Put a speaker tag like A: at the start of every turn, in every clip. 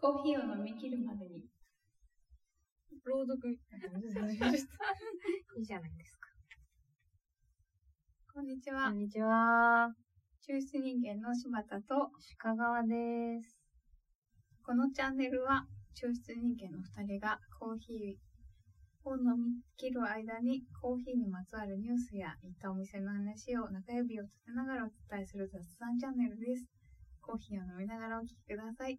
A: コーヒーを飲み切るまでに。
B: 朗 読みたいな感じで始めました。
C: いいじゃないですか。
A: こんにち
C: こ
A: は
C: ん。にちは。
A: 抽出人間の柴田 と、
C: 鹿川です。
A: このチャンネルは、抽出人間の二人がコーヒーを飲み切る間に、コーヒーにまつわるニュースや行ったお店の話を中指を立てながらお伝えする雑談チャンネルです。コーヒーを飲みながらお聞きください。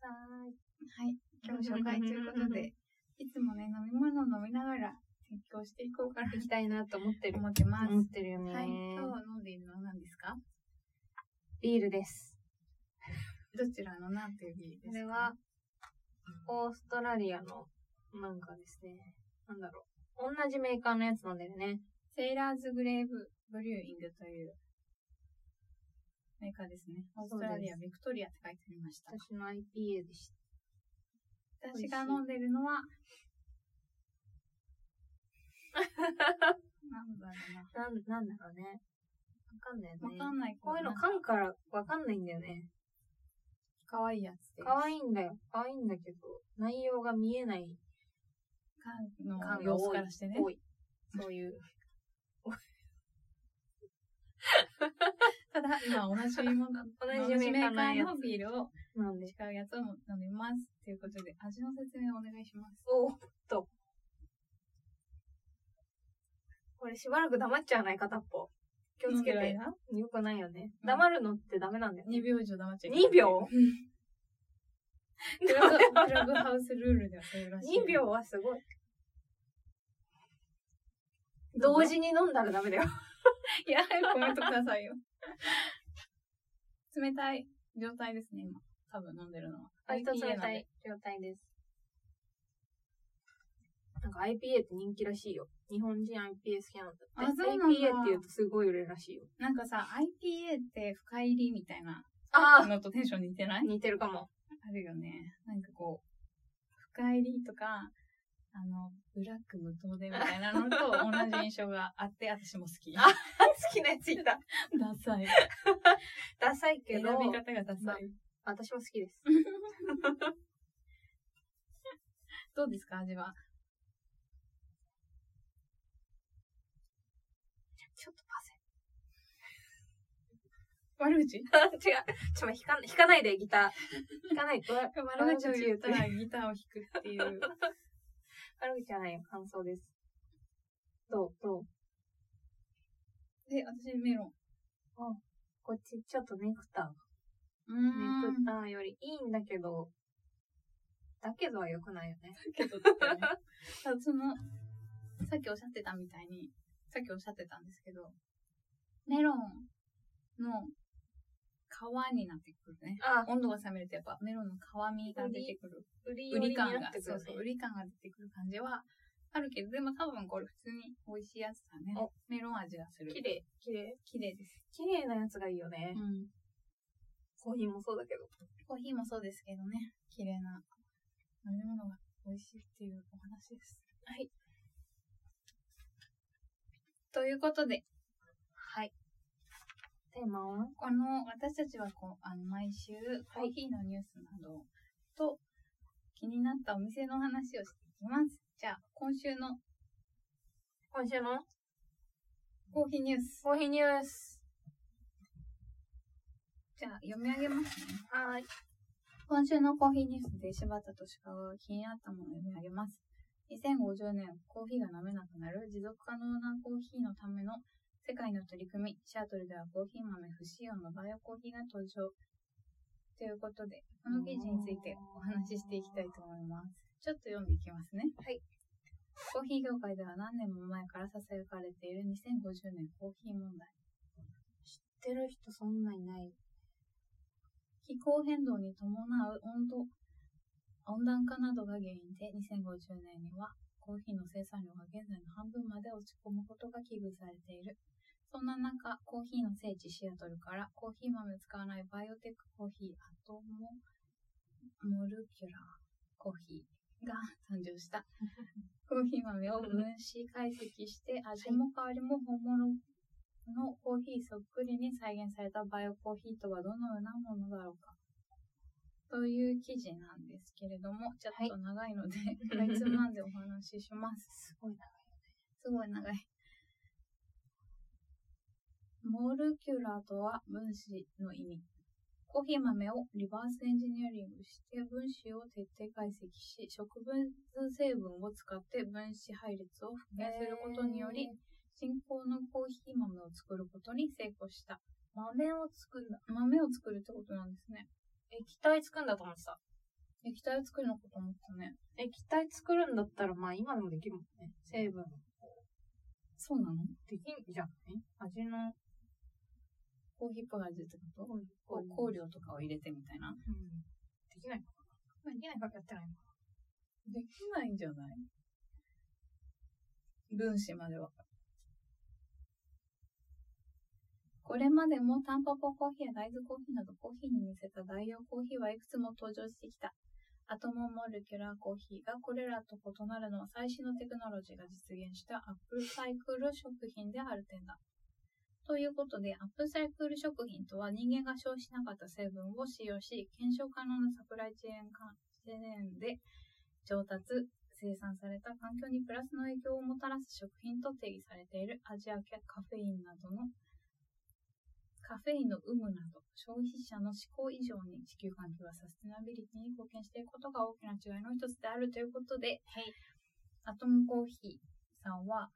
C: さーい。
A: はい。今日紹介ということで、いつもね、飲み物を飲みながら提供していこうかな
C: 行きたいなと思って
A: と
C: る。
A: 思ってます。
C: 思ってるよね、
A: はい。今日飲んでいるのは何ですか
C: ビールです。
A: どちらの何ていうビールですか
C: これは、オーストラリアの、なんかですね、なんだろう。同じメーカーのやつなんだよね。
A: セーラーズグレーブブリューイングというメーカーですね。オーストラリア、ビクトリアって書いてありました。
C: 私の IPA でした。美味
A: 私
C: しい
A: が飲んでるの は、なんだろ
C: なん、なんだろうね。わかんないよ
A: う
C: ね。
A: な。わかんないけど
C: こういう
A: な
C: の
A: んか
C: 缶からわかんないんだよね。
A: 可愛いやつです。
C: 可愛いんだよ。可愛いんだけど、内容が見えない、
A: 缶の
C: 缶が
A: 様子
C: 多い
A: からしてね。
C: 多い。そういう。
A: ただ、今同じもの、
C: 同じメーカーの
A: 同じメー
C: やつ
A: カーのビールを
C: なんで。
A: 違うやつを飲みます。ということで、味の説明をお願いします。
C: おーっと。これしばらく黙っちゃわない片っぽ。気をつけ
A: 飲んで
C: て
A: る。間
C: よくないよね。
A: うん
C: 黙るのってダメなんだよね。
A: 2秒以上黙っちゃいけない
C: 2秒
A: ク ラブクラブハウスルールではそういうらしい。
C: 2秒はすごい。同時に飲んだら ダメだよ。
A: いや、早くコメントくださいよ。冷たい状態ですね、今。多分飲んでるのは。
C: 割と冷た
A: IPA
C: い状態です。なんか IPA って人気らしいよ。日本人 IPA 好きなんだって。
A: あそうなんだ
C: IPA って言うとすごい売れるらしいよ。
A: なんかさ、IPA って深入りみたいな
C: あ
A: のとテンション似てない
C: 似てるかも。
A: あるよね。なんかこう、深入りとか、あの、ブラック無糖でみたいなのと同じ印象があって、私も好き。
C: あ好きなやついた。
A: ダサい。
C: ダサいけ
A: 選び
C: ど、
A: 方がダサい。
C: 私も好きです。
A: どうですか、味は。
C: ちょっとパセ。
A: 悪口
C: 違う。ちょ、ま、弾か、弾かないで、ギター。弾かないと。悪
A: 悪口を言ったらギターを弾くっていう。
C: 口じゃないよ。感想です。どうどう
A: で、私メロン。
C: こっち、ちょっとネクター。
A: う
C: ネクターよりいいんだけど、だけどは良くないよね。
A: けどってねただそのさっきおっしゃってたみたいにさっきおっしゃってたんですけどメロンの皮になってくるね
C: あ、
A: 温度が冷めるとやっぱメロンの皮身が出てくる
C: 売り
A: 売り感が、
C: てく
A: そ
C: る
A: うそう売り感が出てくる感じはあるけどでも多分これ普通に美味しいやつだね
C: お
A: メロン味がする
C: 綺麗、綺麗。
A: 綺麗です、
C: 綺麗なやつがいいよね。
A: ん、
C: コーヒーもそうだけど。
A: コーヒーもそうですけどね綺麗な飲み物が美味しいっていうお話です
C: はい。
A: ということで
C: はい。テーマは
A: この私たちはこうあの毎週コーヒーのニュースなどと気になったお店の話をしていきます。じゃあ今週の
C: 今週の
A: コーヒーニュース。
C: コーヒーニュース。
A: じゃあ読み上げますね。
C: はーい。
A: 今週のコーヒーニュースで柴田と鹿が気になったものを読み上げます。2050年、コーヒーが飲めなくなる持続可能なコーヒーのための世界の取り組み、シアトルではコーヒー豆不使用のバイオコーヒーが登場。ということで、この記事についてお話ししていきたいと思います。ちょっと読んでいきますね。
C: はい。
A: コーヒー業界では何年も前からささやかれている2050年コーヒー問題。
C: 知ってる人そんないない。
A: 気候変動に伴う温度温暖化などが原因で2050年にはコーヒーの生産量が現在の半分まで落ち込むことが危惧されているそんな中コーヒーの聖地シアトルからコーヒー豆を使わないバイオテックコーヒーアトモモルキュラーコーヒーが誕生したコーヒー豆を分子解析して味も香りも本物のコーヒーそっくりに再現されたバイオコーヒーとはどのようなものだろうかという記事なんですけれども、ちょっと長いので、かいつまんでお話しします。
C: すごいな。
A: すごい長い。モルキュラとは分子の意味。コーヒー豆をリバースエンジニアリングして分子を徹底解析し、植物成分を使って分子配列を復元することにより、人工のコーヒー豆を作ることに成功した。
C: 豆を作るんだ。
A: 豆を作るってことなんですね。
C: 液体作るんだと思ってた。
A: 液体を作るのかと思ったね。
C: 液体作るんだったら、まあ今でもできるもんね。成分。
A: そうなの
C: できんじゃない味の
A: コーヒーパウダーってこと
C: 濃い。
A: こう香料とかを入れてみたいな。
C: うん。できないのかなできないからやってないのか
A: できないんじゃない分子までは。これまでもタンパポコーヒーや大豆コーヒーなどコーヒーに似せた代用コーヒーはいくつも登場してきた。アトモモルキュラーコーヒーがこれらと異なるのは最新のテクノロジーが実現したアップルサイクル食品である点だ。ということで、アップサイクル食品とは人間が消費しなかった成分を使用し、検証可能なサプライチェーンかチェーンで調達、生産された環境にプラスの影響をもたらす食品と定義されているアジア系カフェインなどのカフェインの有無など消費者の思考以上に地球環境やサステナビリティに貢献していくことが大きな違いの一つであるということで、
C: はい。
A: アトムコーヒーさんは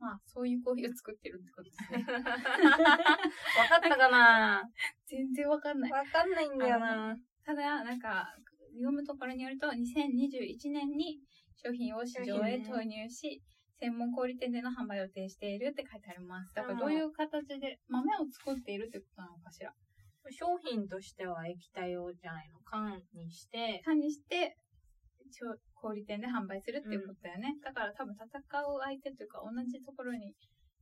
A: まあそういうコーヒーを作ってるってことですね
C: わ かったかな
A: 全然わかんない
C: わかんないんだよな。
A: ただ、なんか、読むところによると、2021年に商品を市場へ
C: 商品ね
A: 投入し、専門小売店での販売を予定しているって書いてあります。だか
C: う
A: ら
C: ん
A: どういう形で豆を作っているってことなのかしら。
C: 商品としては液体をじゃないの缶にして、
A: 管理して、ちょ小売店で販売するっていうことだよね。だから多分戦う相手というか、同じところに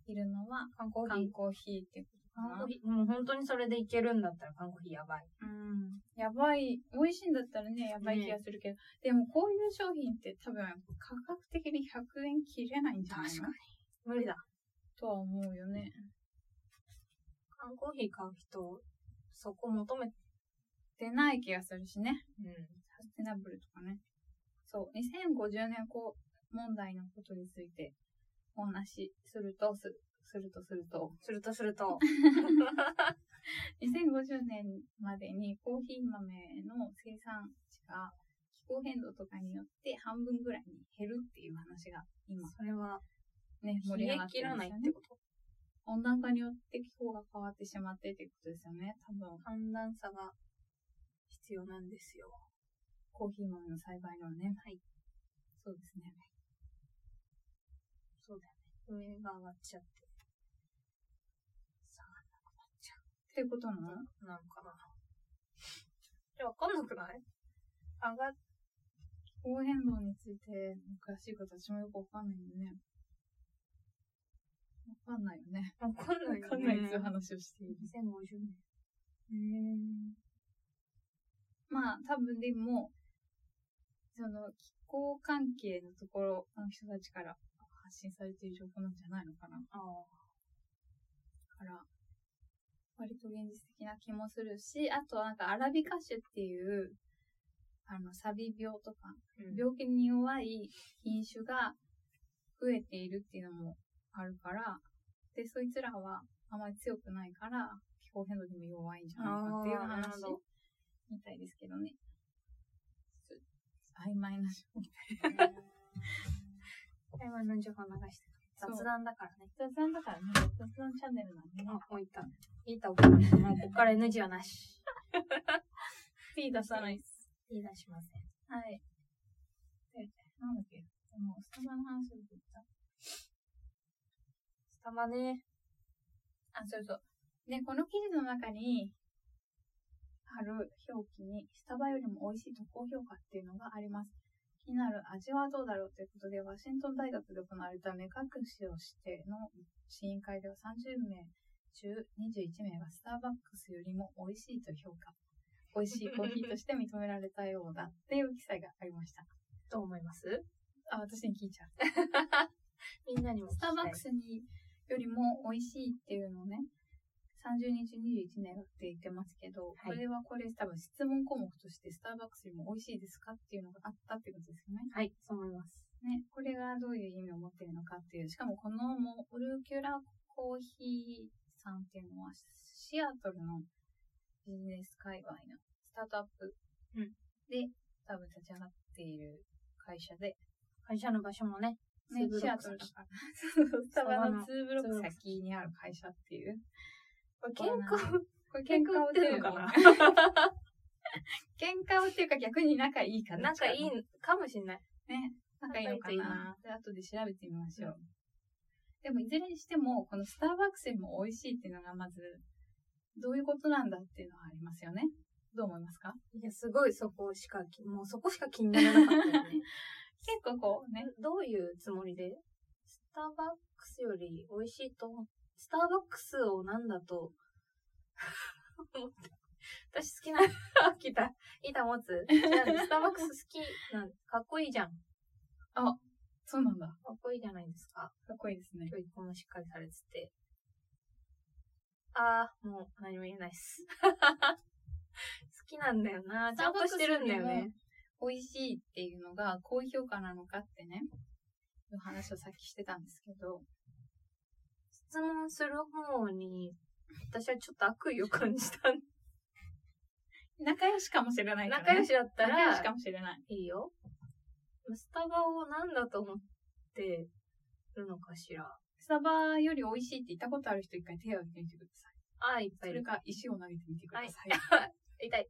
A: いるのは、
C: 缶コーヒー
A: 缶。コーヒーっていうこと
C: 缶
A: か
C: コ
A: な
C: ー。ヒー。もう本当にそれでいけるんだったら缶コーヒーやばい。
A: うん。やばい。美味しいんだったらね、やばい気がするけど、でもこういう商品って多分価格的に100円切れないんじゃないの
C: 確か無理だ。
A: とは思うよね。
C: 缶コーヒー買う人、そこ求めて、
A: 出ない気がするしね。
C: うん。
A: サステナブルとかね。そう。2050年後問題のことについてお話しすると、すするとすると、
C: するとすると、
A: 2050年までにコーヒー豆の生産地が気候変動とかによって半分ぐらいに減るっていう話が今
C: それは、
A: ね、盛
C: 冷
A: り上
C: え
A: がって
C: 切
A: る
C: ら
A: んで
C: な
A: す
C: いっ
A: よ
C: て
A: ね
C: こ。と。
A: 温暖化によって気候が変わってしまってっていうことですよね。多分、
C: 寒暖差が必要なんですよ。
A: コーヒー豆の栽培のね。はい。そうですね。
C: そうだよね。上が上がっちゃって。下がんなくなっちゃ
A: っていうことなの
C: う。なのかな。じゃあわかんなくない上がっ、
A: 気候変動について詳しいこと私もよくわかんないよね。わかんないよね。
C: わかんないよね。
A: わかんないですよ、話をしている。
C: 2050年。
A: まあ、多分でも、その気候関係のところの人たちから発信されている情報なんじゃないのかな。
C: ああ。
A: から、割と現実的な気もするし、あとはなんかアラビカ種っていう、あの、サビ病とか、
C: 秒
A: 病気に弱い品種が増えているっていうのもあるから、で、そいつらはあまり強くないから、気候変動にも弱いんじゃないかっていう
C: あーなるほ
A: 話
C: ど
A: みたいですけどね。ちょ曖昧な情報
C: 台湾の情報流してた。
A: そう
C: 雑談だからね。
A: 雑談だからね、雑談チャンネルなんでね
C: あ、。置いた。いいた置きました。もうこっから NG は なし。
A: P 出さないです。
C: いい出しません。
A: はい。で、なんだっけでも、スタバの話を言った
C: スタバね。
A: あ、そうそう。で、この記事の中に、ある表記に、スタバよりも美味しいと高評価っていうのがあります。気になる味はどうだろうということで、ワシントン大学で行われた目隠しをしての試飲会では30名中21名がスターバックスよりも美味しいと評価。美味しいコーヒーとして認められたようだっていう記載がありました。
C: どう思 います
A: あ、私に聞いちゃう。
C: みんなにも聞
A: ス
C: きた
A: タ
C: い。
A: ーバックスによりも美味しいっていうのをね、 30日21年って言ってますけど、
C: はい
A: これはこれ多分質問項目としてスターバックスよりも美味しいですかっていうのがあったってことですよね。
C: はい、そう思います。
A: ね、これがどういう意味を持っているのかっていう、しかもこのモルキュラコーヒーさんっていうのは、シアトルのビジネス界隈のスタートアップ
C: うん
A: で、多分立ち上がっている会社で、
C: 会社の場所もね、
A: ね、
C: ツーブ
A: シ
C: ロッ
A: ア
C: ク
A: トルだ
C: 先
A: から、そうそうスタバ
C: スタバ
A: の
C: の
A: 2ブロッ
C: ツーブロッ
A: ク
C: ク
A: 先にある会社っていう。これ
C: 喧嘩、
A: これ
C: 喧
A: 喧
C: 嘩
A: 嘩
C: 売
A: を
C: っ
A: ってて
C: る
A: る
C: の
A: の
C: か
A: か
C: な
A: な喧嘩をっていうか逆に仲いいかな。
C: 仲いいかもしれない。
A: ね、仲いいのか
C: 仲いいか
A: な
C: な。
A: で、後で調べてみましょう。でも、いずれにしても、このスターバックスよりも美味しいっていうのが、まず、どういうことなんだっていうのはありますよね。どう思いますか
C: いや、すごいそこしかき、もうそこしか気にならなかったよね。
A: 結構こうね、
C: どういうつもりでスターバックスより美味しいと思う、スターバックスをなんだと思った、私好きな、来た、板持つ。なんでスターバックス好きなんかっこいいじゃん。
A: そうなんだ。
C: かっこいいじゃないですか。
A: かっこいいですね。
C: 教育もしっかりされてて。ああ、もう何も言えないっす。 好きなんだよな。ちゃんとしてるんだよね。
A: 美味しいっていうのが、高評価なのかってね、いう話をさっきしてたんですけど、
C: 質問する方に、私はちょっと悪意を感じたんだ
A: 仲良しかもしれないから、ね。
C: 仲良しだった
A: 仲良し
C: ら
A: か、もしれない。
C: いいよ。スタバを何だと思ってるのかしら。
A: スタバより美味しいって言ったことある人一回手を挙げてみてください。
C: ああ、いっぱ
A: そ
C: いい
A: れ
C: る。
A: か石を投げてみてください。
C: 痛い。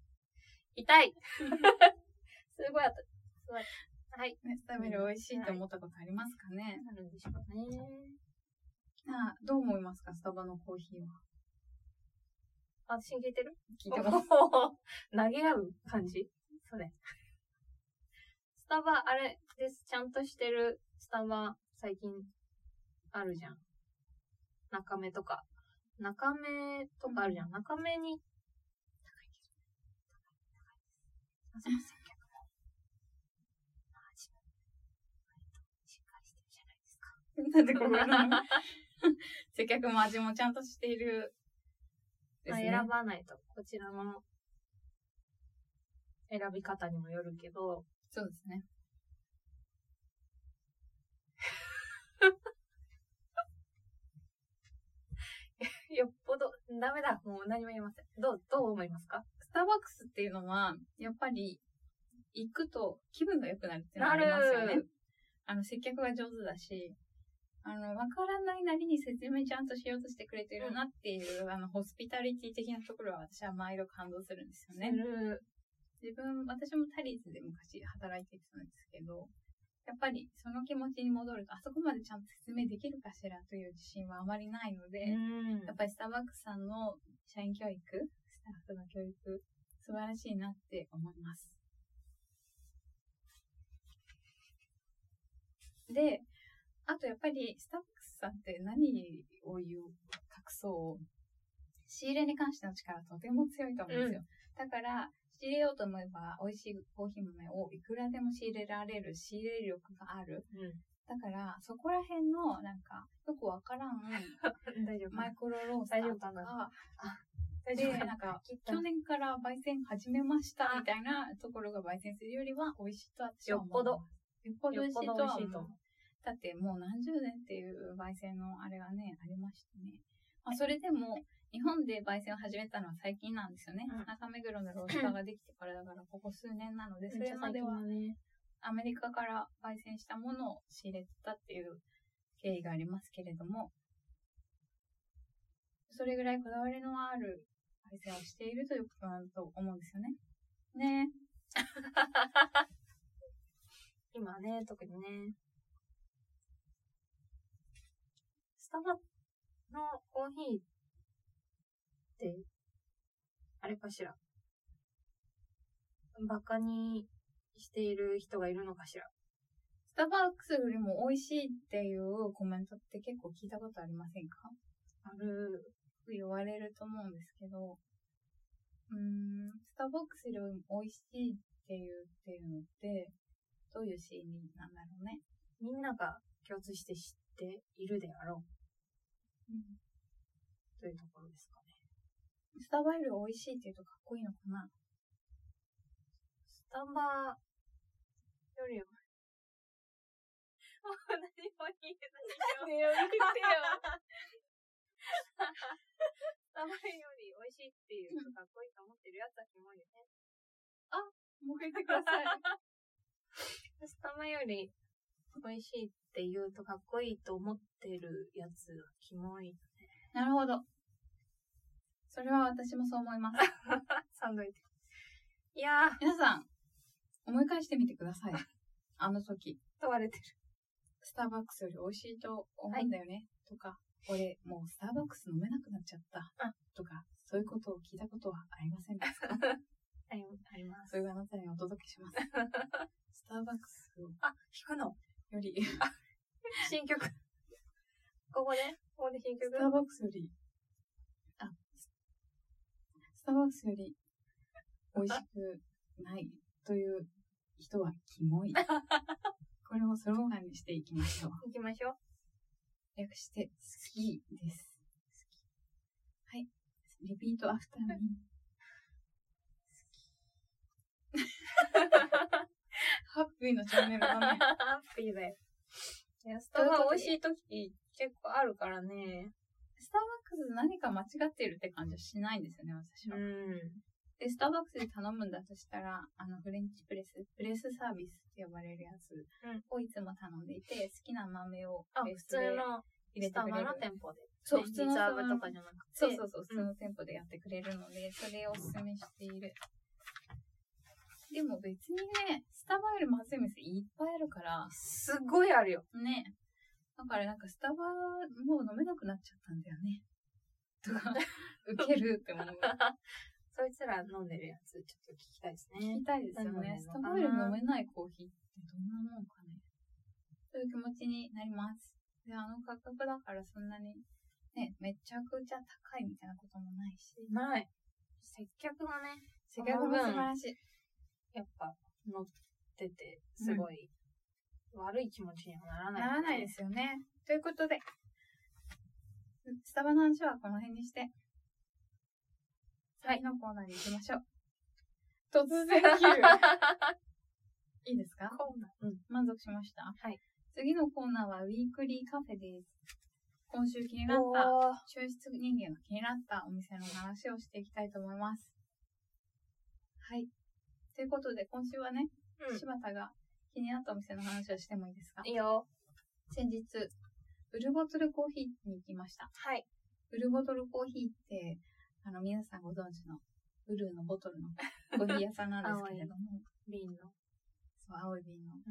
C: 痛いすごいあった。すごい。はい。
A: ね、食べる美味しいと思ったことありますかね、
C: なるんでしょうね。
A: あどう思いますかスタバのコーヒーは。
C: あ、私に聞いてる
A: 聞いてます。
C: 投げ合う感じそれ。スタバ、あれです。ちゃんとしてるスタバ、最近、あるじゃん。中目とか。中目とかあるじゃん。中目に、高いけど高い、高いです。あ、すいません、客も。まあ、自分、割としっかりしてるじゃないですか。
A: なんでこんな接客も味もちゃんとしているですね
C: まあ、。選ばないと、こちらの選び方にもよるけど、
A: そうですね。
C: よっぽど、ダメだ、もう何も言えません。どう、どう思いますか
A: スターバックスっていうのは、やっぱり、行くと気分が良くなるっていうのがありますよ
C: な
A: ね
C: る。
A: あの、接客が上手だし、あの、わからないなりに説明ちゃんとしようとしてくれてるなっていう、あの、ホスピタリティ的なところは私は毎度感動するんですよね。
C: る。
A: 自分、私もタリーズで昔働いてたんですけど、やっぱりその気持ちに戻ると、あそこまでちゃんと説明できるかしらという自信はあまりないので、
C: うん
A: やっぱりスターバックスさんの社員教育、スタッフの教育、素晴らしいなって思います。で、あとやっぱりスターバックスさんって何を言う、隠そう。仕入れに関しての力とても強いと思うんですよ。だから、仕入れようと思えば美味しいコーヒー豆をいくらでも仕入れられる、仕入れ力がある。だから、そこら辺のなんか、よくわからん、
C: 大丈夫。
A: マイクロロースターとか
C: 大
A: で、
C: 丈夫かな、
A: なんか、
C: 切った
A: 去年から焙煎始めましたみたいなところが焙煎するよりは美味しいと私は思う。
C: よっぽど。
A: よっぽど美味しいとは
C: よっぽど美味しいと
A: 思う
C: 思。
A: だってもう何十年っていう焙煎のあれがね、ありましたね。まあ、それでも、日本で焙煎を始めたのは最近なんですよね。
C: うん
A: 中目黒のロースターができてからだから、ここ数年なので、それまでは
C: ね。
A: アメリカから焙煎したものを仕入れてたっていう経緯がありますけれども、それぐらいこだわりのある焙煎をしているということなんだと思うんですよね。ねえ
C: 今ね、特にね。スタバのコーヒーって、あれかしら。バカにしている人がいるのかしら。
A: スターバックスよりも美味しいっていうコメントって結構聞いたことありませんか
C: ある。
A: 言われると思うんですけど、うーん、スターバックスよりも美味しいっていうっていうのって、どういうシーンなんだろうね。
C: みんなが共通して知っているであろうというところですかね。
A: スタバより美味しいっていうとかっこいいのかな
C: スタバよりは。もう何も言えないよ。
A: ねえ、見てよ。
C: スタバより美味しいっていうとかっこいいと思ってるやつはキモいよね。
A: もう一回言ってください。
C: スタバより美味しいっていうとかっこいいと思ってるやつはキモい。
A: なるほど。それは私もそう思い ます。
C: サンドイッチ。いやー、
A: 皆さん、思い返してみてください。あの時、
C: 問われてる。
A: スターバックスより美味しいと思うんだよね、とか、俺、もうスターバックス飲めなくなっちゃった、とか、そういうことを聞いたことはありません か
C: はい、ありま
A: それがあなたにお届けし ます。スターバックスよ
C: あ、弾くの。
A: り、
C: 新曲。ここで、ここで新曲
A: ス。ターバックスより、あ、ススターバックスより美味しくないという人はキモ い。これをスローガンにしていきましょう。
C: 行きましょう。
A: 略してスキーです。はい。リピートアフターに。 ハッピーのチャンネルだ ね。
C: ハッピーだよ。いや、スタバ美味しい時結構あるからね。
A: スターバックスで何か間違ってるって感じはしないんですよね、私は。
C: ん。
A: で、スターバックスで頼むんだとしたら、あの、フレンチプレス、プレスサービスって呼ばれるやつ
C: うん
A: をいつも頼んでいて、好きな豆を
C: あ、
A: ベー
C: 普
A: ス
C: 通
A: で
C: の
A: 入れ
C: ス
A: て
C: タ
A: くれ
C: バ
A: る
C: の。店舗で。
A: そう、
C: ね
A: 普通の
C: リザー
A: そ
C: ブ
A: の
C: とかじゃなくて。
A: そうそうそう、普
C: う
A: 通
C: ん
A: の店舗でやってくれるので、それをおすすめしている。でも別にね、スタバよりまずい店いっぱいあるから、
C: すごいあ るよ。
A: ね。だからなんかスタバもう飲めなくなっちゃったんだよね。と か、ウケるって思う。
C: そいつら飲んでるやつ、ちょっと聞きたいです
A: 飲
C: ね
A: み。たいですよね。スタバより飲めないコーヒーってどんなもんかね。そういう気持ちになります。で、あの価格だからそんなに、ね、めちゃくちゃ高いみたいなこともないし。
C: ない。接客がね、
A: 世界も素晴らしい。
C: やっぱ乗ってて、すごい、悪い気持ちにはならない。。
A: ならないですすよね。ということで、スタバの話はこの辺にして、次のコーナーに行きましょう。突然切る いいですか
C: コーナー。うん。
A: 満足しました。
C: はい。
A: 次のコーナーはウィークリーカフェです。今週気になっ
C: お
A: た、
C: ー
A: 抽出人間の気になったお店の話をしていきたいと思います。はい。ということで、今週はね、
C: うん
A: 柴田が気になったお店の話をしてもいいですか
C: いいよ。
A: 先日、ウルボトルコーヒーに行きました。
C: はい。
A: ウルボトルコーヒーって、あの、皆さんご存知の、ウルーのボトルのコーヒー屋さんなんですけれ ども、
C: 瓶の。
A: そう、青い瓶の。
C: うん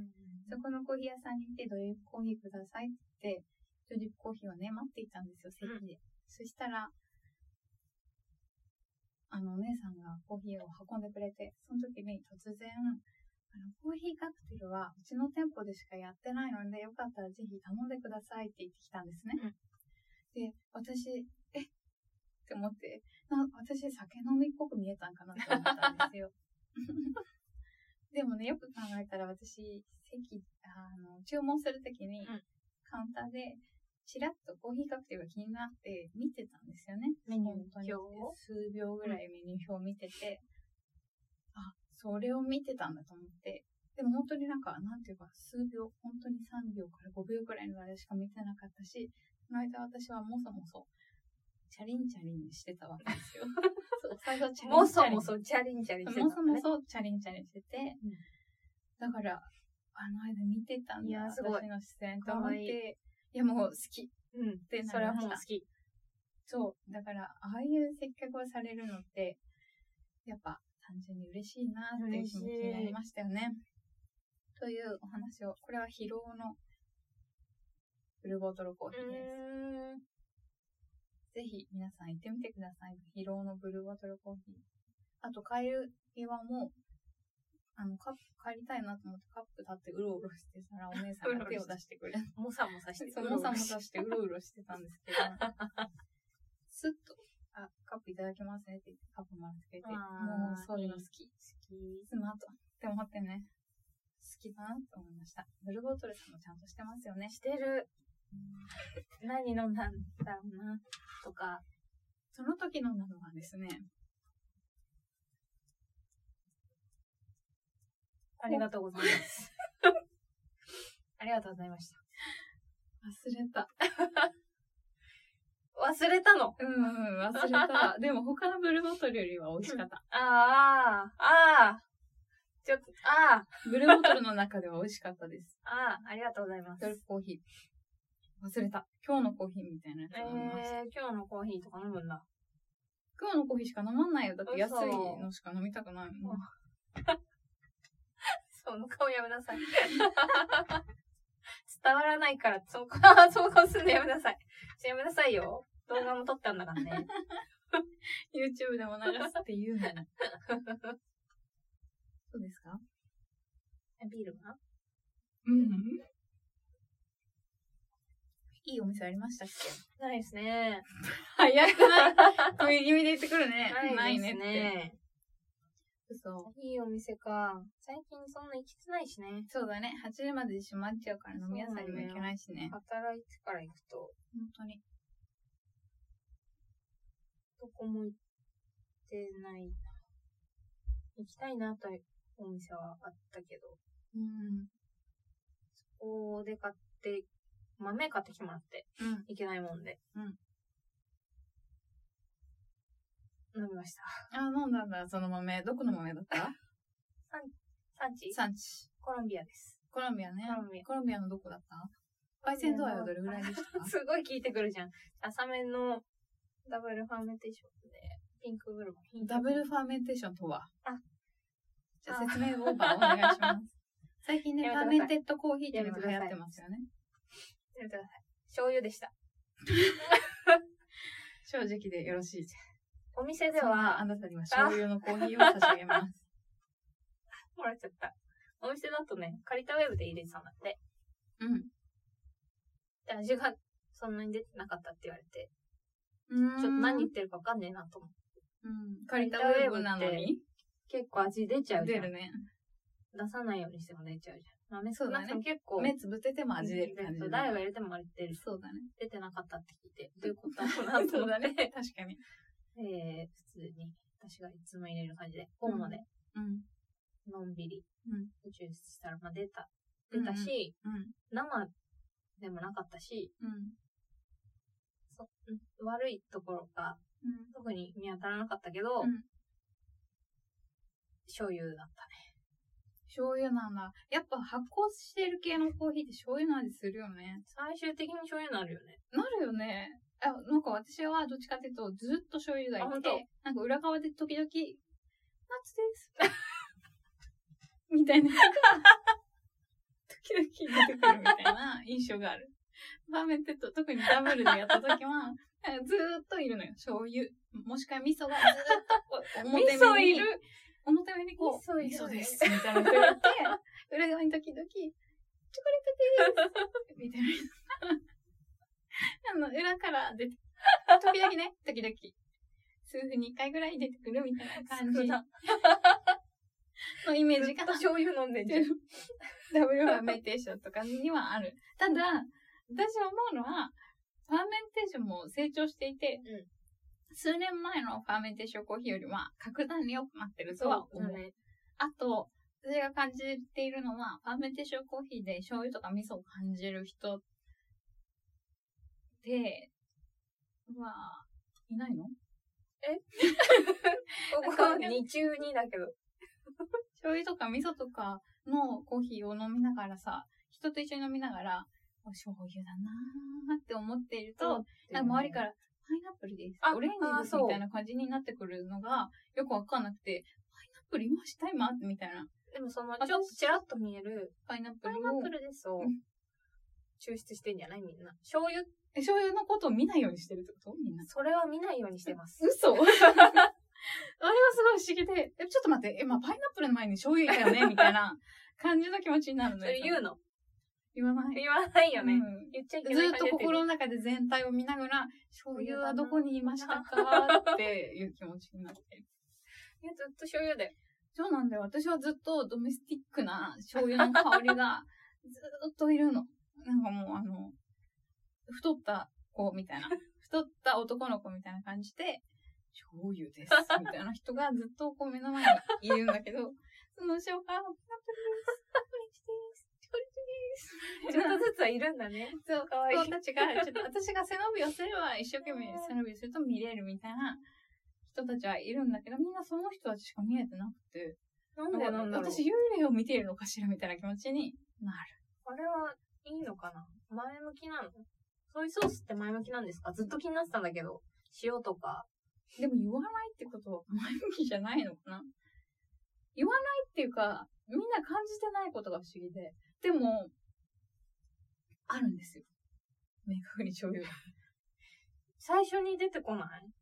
A: そこのコーヒー屋さんに行って、ドリップコーヒーくださいって言って、ドリップコーヒーをね、待っていたんですよ、席で。そしたら、あの、お姉さんがコーヒーを運んでくれて、その時に突然、あの、コーヒーカクテルはうちの店舗でしかやってないので、よかったらぜひ頼んでくださいって言ってきたんですね。
C: うん
A: で、私、えっって思って、な私、酒飲みっぽく見えたんかなって思ったんで すよ。でもね、よく考えたら私、席、あの、注文するときに、
C: うん
A: カウンターで、ちらっとコーヒーカクテルが気になって見てたんですよね。
C: メニュー
A: 本当に
C: 表
A: 数秒ぐらいメニュー表を見てて、あ、それを見てたんだと思って、でも本当になんか、なんていうか、数秒、本当に3秒から5秒ぐらいの間しか見てなかったし、その間私はもそもそ、チャリンチャリンしてたわけですよ。 そう最初チャリ
C: も
A: ンチャ
C: そ
A: リン
C: もそチャリンチャリンしてた
A: もそ
C: の
A: も
C: ね。
A: そチャリンチャリンしてて、
C: うん
A: だから、あの間見てたん
C: い
A: だ、
C: やすごい
A: 私の視線と思っ
C: かわ
A: て、
C: いい
A: いやもう好き。
C: うん。
A: てなりました
C: それはもう好き。
A: そう。だから、ああいう接客をされるのって、やっぱ単純に嬉しいなっていう気持ちになりましたよね。というお話を、これは疲労のフルボトルコーヒーです。
C: う
A: ぜひ皆さん行ってみてください。疲労のブルーボトルコーヒー。あと帰る際も、あの、カップ、帰りたいなと思ってカップ立ってうろうろしてたらお姉さんが手を出してくれて、
C: ーん。もさもさ して
A: そもさもさしてうろうろしてたんですけど、スッと、あ、カップいただきますねって言ってカップもらってくれて、
C: あ
A: も
C: ー
A: うそういうの好き。
C: 好き
A: い。つもあと、って思ってね、好きだなと思いました。ブルーボトルさんもちゃんとしてますよね。
C: してる。何飲んだんだろうな。とか、
A: その時飲んだのはですね、
C: ありがとうございます。 ありがとうございました。
A: 忘れた。
C: 忘れたの。
A: うんうん、忘れた。 でも他のブルーボトルよりは美味しかった。
C: ああ、ああ、ちょっと、ああ、
A: ブルーボトルの中では美味しかった です。
C: ああ、ありがとうございます。
A: ドルコーヒー。忘れた。今日のコーヒーみたいなやつ
C: え
A: 飲みました。
C: ー、今日のコーヒーとか飲むんだ。
A: 今日のコーヒーしか飲まないよ。だって安い
C: 嘘
A: のしか飲みたくないもん。
C: その顔やめなさい。 伝わらないから、そこ、あーその顔すんのやめなさい。ちょやめなさいよ。動画も撮ったんだからね。
A: YouTube でも流すって言うの に。そうですか
C: ビールが
A: うん。いいお店ありましたっけ
C: ないですね。
A: 早くない 食い気味で言ってくるね。ないね
C: です
A: って。
C: ね。
A: 嘘。
C: いいお店か。最近そんな行きつないしね。
A: そうだね。8時まで閉まっちゃうから飲み屋さんにも行けないしね。
C: 働いてから行くと、
A: 本当に。
C: どこも行ってないな。行きたいなというお店はあったけど、
A: うん。
C: ここで買って、豆買ってきてもらって、
A: うん。
C: いけないもんで。
A: うん
C: 飲みました。
A: あ、飲んだんだ、その豆。どこの豆だった
C: 産地
A: 産地。
C: コロンビアです。
A: コロンビアね。
C: コロンビ
A: コロンビアのどこだった焙煎度合いはどれぐらいでした
C: すごい効いてくるじゃん。浅めのダブルファーメンテーションで、ピンクブルマ。
A: ダブルファーメンテーションとは
C: あ
A: じゃあ説明オーバーお願いします。最近ね、
C: や
A: フ
C: め
A: ァー
C: てください
A: メンテッドコーヒーっていうのが流行ってますよね。
C: やめてください。醤油でした。
A: 正直でよろしいじ
C: お店
A: ゃん。
C: で
A: そんなあ
C: は、
A: なたには醤油のコーヒーを差し上げます。
C: もらっちゃった。お店だとね、借りたウェブで入れてたんだって。
A: うん。
C: で味がそんなに出てなかったって言われて、
A: ち
C: ちょっと何言ってるかわかんねえなと思って。
A: うん。借りたウェーブなのに
C: 結構味出ちゃうじ
A: 出
C: ゃん。
A: るね。
C: 出さないようにしても出ちゃうじゃん。豆
A: そ
C: 少
A: うだ
C: な
A: ね
C: くとも結構、
A: 目つぶってても味出る感じ
C: そう
A: だ
C: 誰
A: ね。
C: が入れてもあれ出る
A: そうだね。
C: 出てなかったって聞いて、どういうことだろうな と
A: そう
C: 思
A: だ
C: っ
A: ね。
C: て
A: 確、かに。
C: えー、普通に、私がいつも入れる感じで、本まで、
A: うん。
C: のんびり、
A: うん
C: 抽出したら、まあ出た、出たし、
A: うん。
C: 生でもなかったし、
A: うん。
C: そうん悪いところが
A: うん
C: 特に見当たらなかったけど、
A: うん
C: 醤油だったね。
A: 醤油なんだ。やっぱ発酵してる系のコーヒーって醤油の味するよね。
C: 最終的に醤油になるよね。
A: なるよね。あなんか私はどっちかっていうとずっと醤油が
C: あ
A: い
C: 本
A: て
C: 当、
A: なんか裏側で時々、夏です。 み たいな。時々出てくるみたいな印象がある。ファーメンテッド、特にダブルでやった時は、なんかずーっといるのよ。醤油。もしくは味噌がずーっとこう、表
C: 味噌
A: 面
C: い
A: に
C: る。
A: 表面にこう、
C: 味噌い
A: 味噌
C: る
A: です。みたいな人がいて、裏側に時々、チョコレートです。みたいな。あの、裏から 出て、時々ね、時々。数分に1回ぐらい出てくるみたいな感じ
C: 少な
A: のイメー
C: ず
A: ジ
C: っと
A: が、
C: 醤油飲んでんじゃん。
A: ダブルファーメンテーションとかにはある。ただ、私思うのは、ファーメンテーションも成長していて、
C: うん
A: 数年前のファーメンテーションコーヒーよりは、格段に良くなってるとは
C: そう
A: 思
C: だ
A: う。
C: ね。
A: あと、私が感じているのは、ファーメンテーションコーヒーで醤油とか味噌を感じる人で、はいないの
C: ここは二中にだけど。
A: 醤油とか味噌とかのコーヒーを飲みながらさ、人と一緒に飲みながら、お醤油だなーって思っていると、なんか周りから、パイナップルです。
C: あ
A: オレンジ
C: あー
A: です
C: そう
A: みたいな感じになってくるのが、よくわかんなくて、パイナップルいました今みたいな。
C: でもその、ちょ
A: 私
C: っとちらっと見える、
A: パイナップ
C: パ
A: ル
C: イ
A: を
C: ナップルですを
A: うん
C: 抽出してんじゃないみんな。醤油、
A: え醤油のことを見ないようにしてるってことみんな。
C: それは見ないようにして ます。
A: 嘘あれはすごい不思議で、え、ちょっと待って、え、まあ、パイナップルの前に醤油だよ ね、みたいな感じの気持ちになる
C: そ
A: の
C: れ言うの
A: 言わない。
C: 言わないよね。
A: うん
C: 言っちゃいけ
A: ず
C: ない
A: っ
C: 感
A: と
C: じで
A: 心の中で全体を見ながら、醤油はどこにいま したかっていう気持ちになってる。
C: いやずっと醤 油だよ。
A: そうなんだよ。私はずっとドメスティックな醤油の香りがずっといるの。なんかもうあの、太った子みたいな。太った男の子みたいな感じで、醤油です、みたいな人がずっとこう目の前にいるんだけど、その後ろから、ナプリです、ナプリです、ナプリ
C: ちょ
A: です。
C: っとずつはいるんだね。
A: そう、
C: かわいい
A: 子たちが、ちょっと私が背伸びをすれば、一生懸命背伸びをすると見れるみたいな人たちはいるんだけど、みんなその人たちしか見えてなくて、
C: なんでなんだろう。
A: 私幽霊を見ているのかしらみたいな気持ちになる。
C: あれはいいのかな前向きなのソイソースって前向きなんですかずっと気になってたんだけど。塩とか。
A: でも言わないってことは前向きじゃないのかな言わないっていうか、みんな感じてないことが不思議で。でも、あるんですよ。明確に醤油が。
C: 最初に出てこない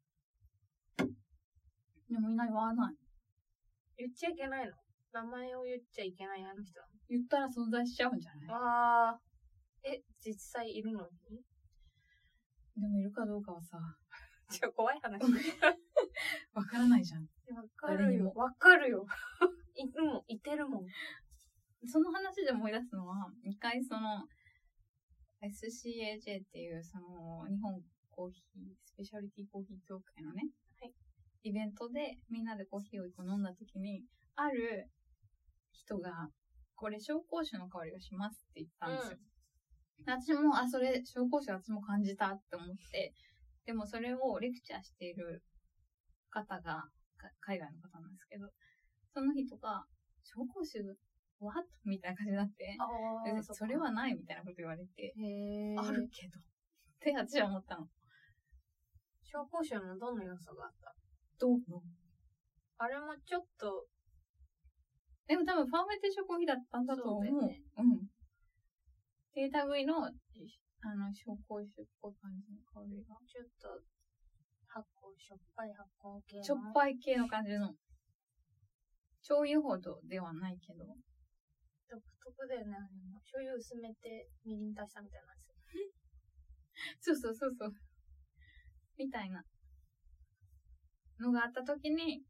A: でもみんな言わない。
C: 言っちゃいけないの名前を言っちゃいけないあの人な
A: 言ったら存在しちゃうんじゃない
C: の。あー。え、実際いるのに
A: でもいるかどうかはさ、
C: ちょ、怖い話。
A: わからないじゃん。
C: わか
A: 誰
C: る
A: に
C: よ
A: も。
C: わかるよ。 いるもん。いてる もん。
A: その話で思い出すのは、一回その、SCAJ っていう、その、日本コーヒー、スペシャリティコーヒー協会のね、
C: はい
A: イベントで、みんなでコーヒーを一個飲んだ時に、ある人が、これ、紹興酒の香りがしますって言ったんですよ。で私も、あ、それ、紹興酒私も感じたって思って、でもそれをレクチャーしている方が、か海外の方なんですけど、その人が、紹興酒 What? みたいな感じになって、
C: あ
A: でそれ。はないみたいなこと言われて、
C: へー。
A: あるけど。って私は思ったの。
C: 紹興酒のどの要素があった
A: どう
C: あれもちょっと、
A: でも多分ファーメンテーションコーヒーだったんだと思う。
C: そう
A: う
C: だよね
A: ん。データ V の、あの、紹興酒っぽい感じの香りが。
C: ちょっと、発酵、しょっぱい発酵系の。
A: しょっぱい系の感じの。醤油ほどではないけど。
C: 独特だよね、あれも。醤油薄めて、みりん足したみたいなやつ。
A: そうそうそうそう。みたいなのがあった時に、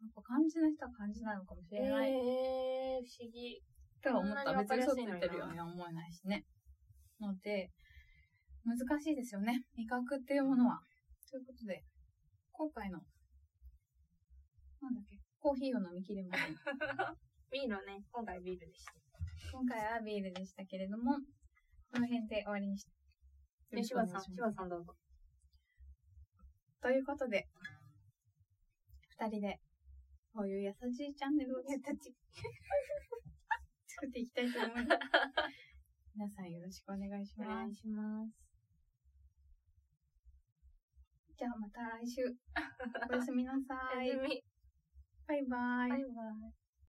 A: やっぱ感じの人は感じないのかもしれない。
C: えー、不思議。
A: とは思った。別に嘘つい
C: こんなにわ
A: て
C: かりやすいのにな
A: るようには思えないしね。ので、難しいですよね。味覚っていうものは。ということで、今回の、なんだっけ、コーヒーを飲み切るまでに、
C: ビールね、今回ビールでした。
A: 今回はビールでしたけれども、この辺で終わりにし、
C: で、柴
A: よ
C: さ
A: ろ
C: ん、
A: しくお願いしま
C: 柴
A: す
C: さんどうぞ。
A: ということで、二人で、こういう優しいチャンネルを作っていきたいと思い ます。皆さんよろしくお願いし
C: お
A: ます
C: 願。いします。
A: じゃあまた来週。おやすみなさ。
C: はいい。
A: バイバイ。
C: バイバイ。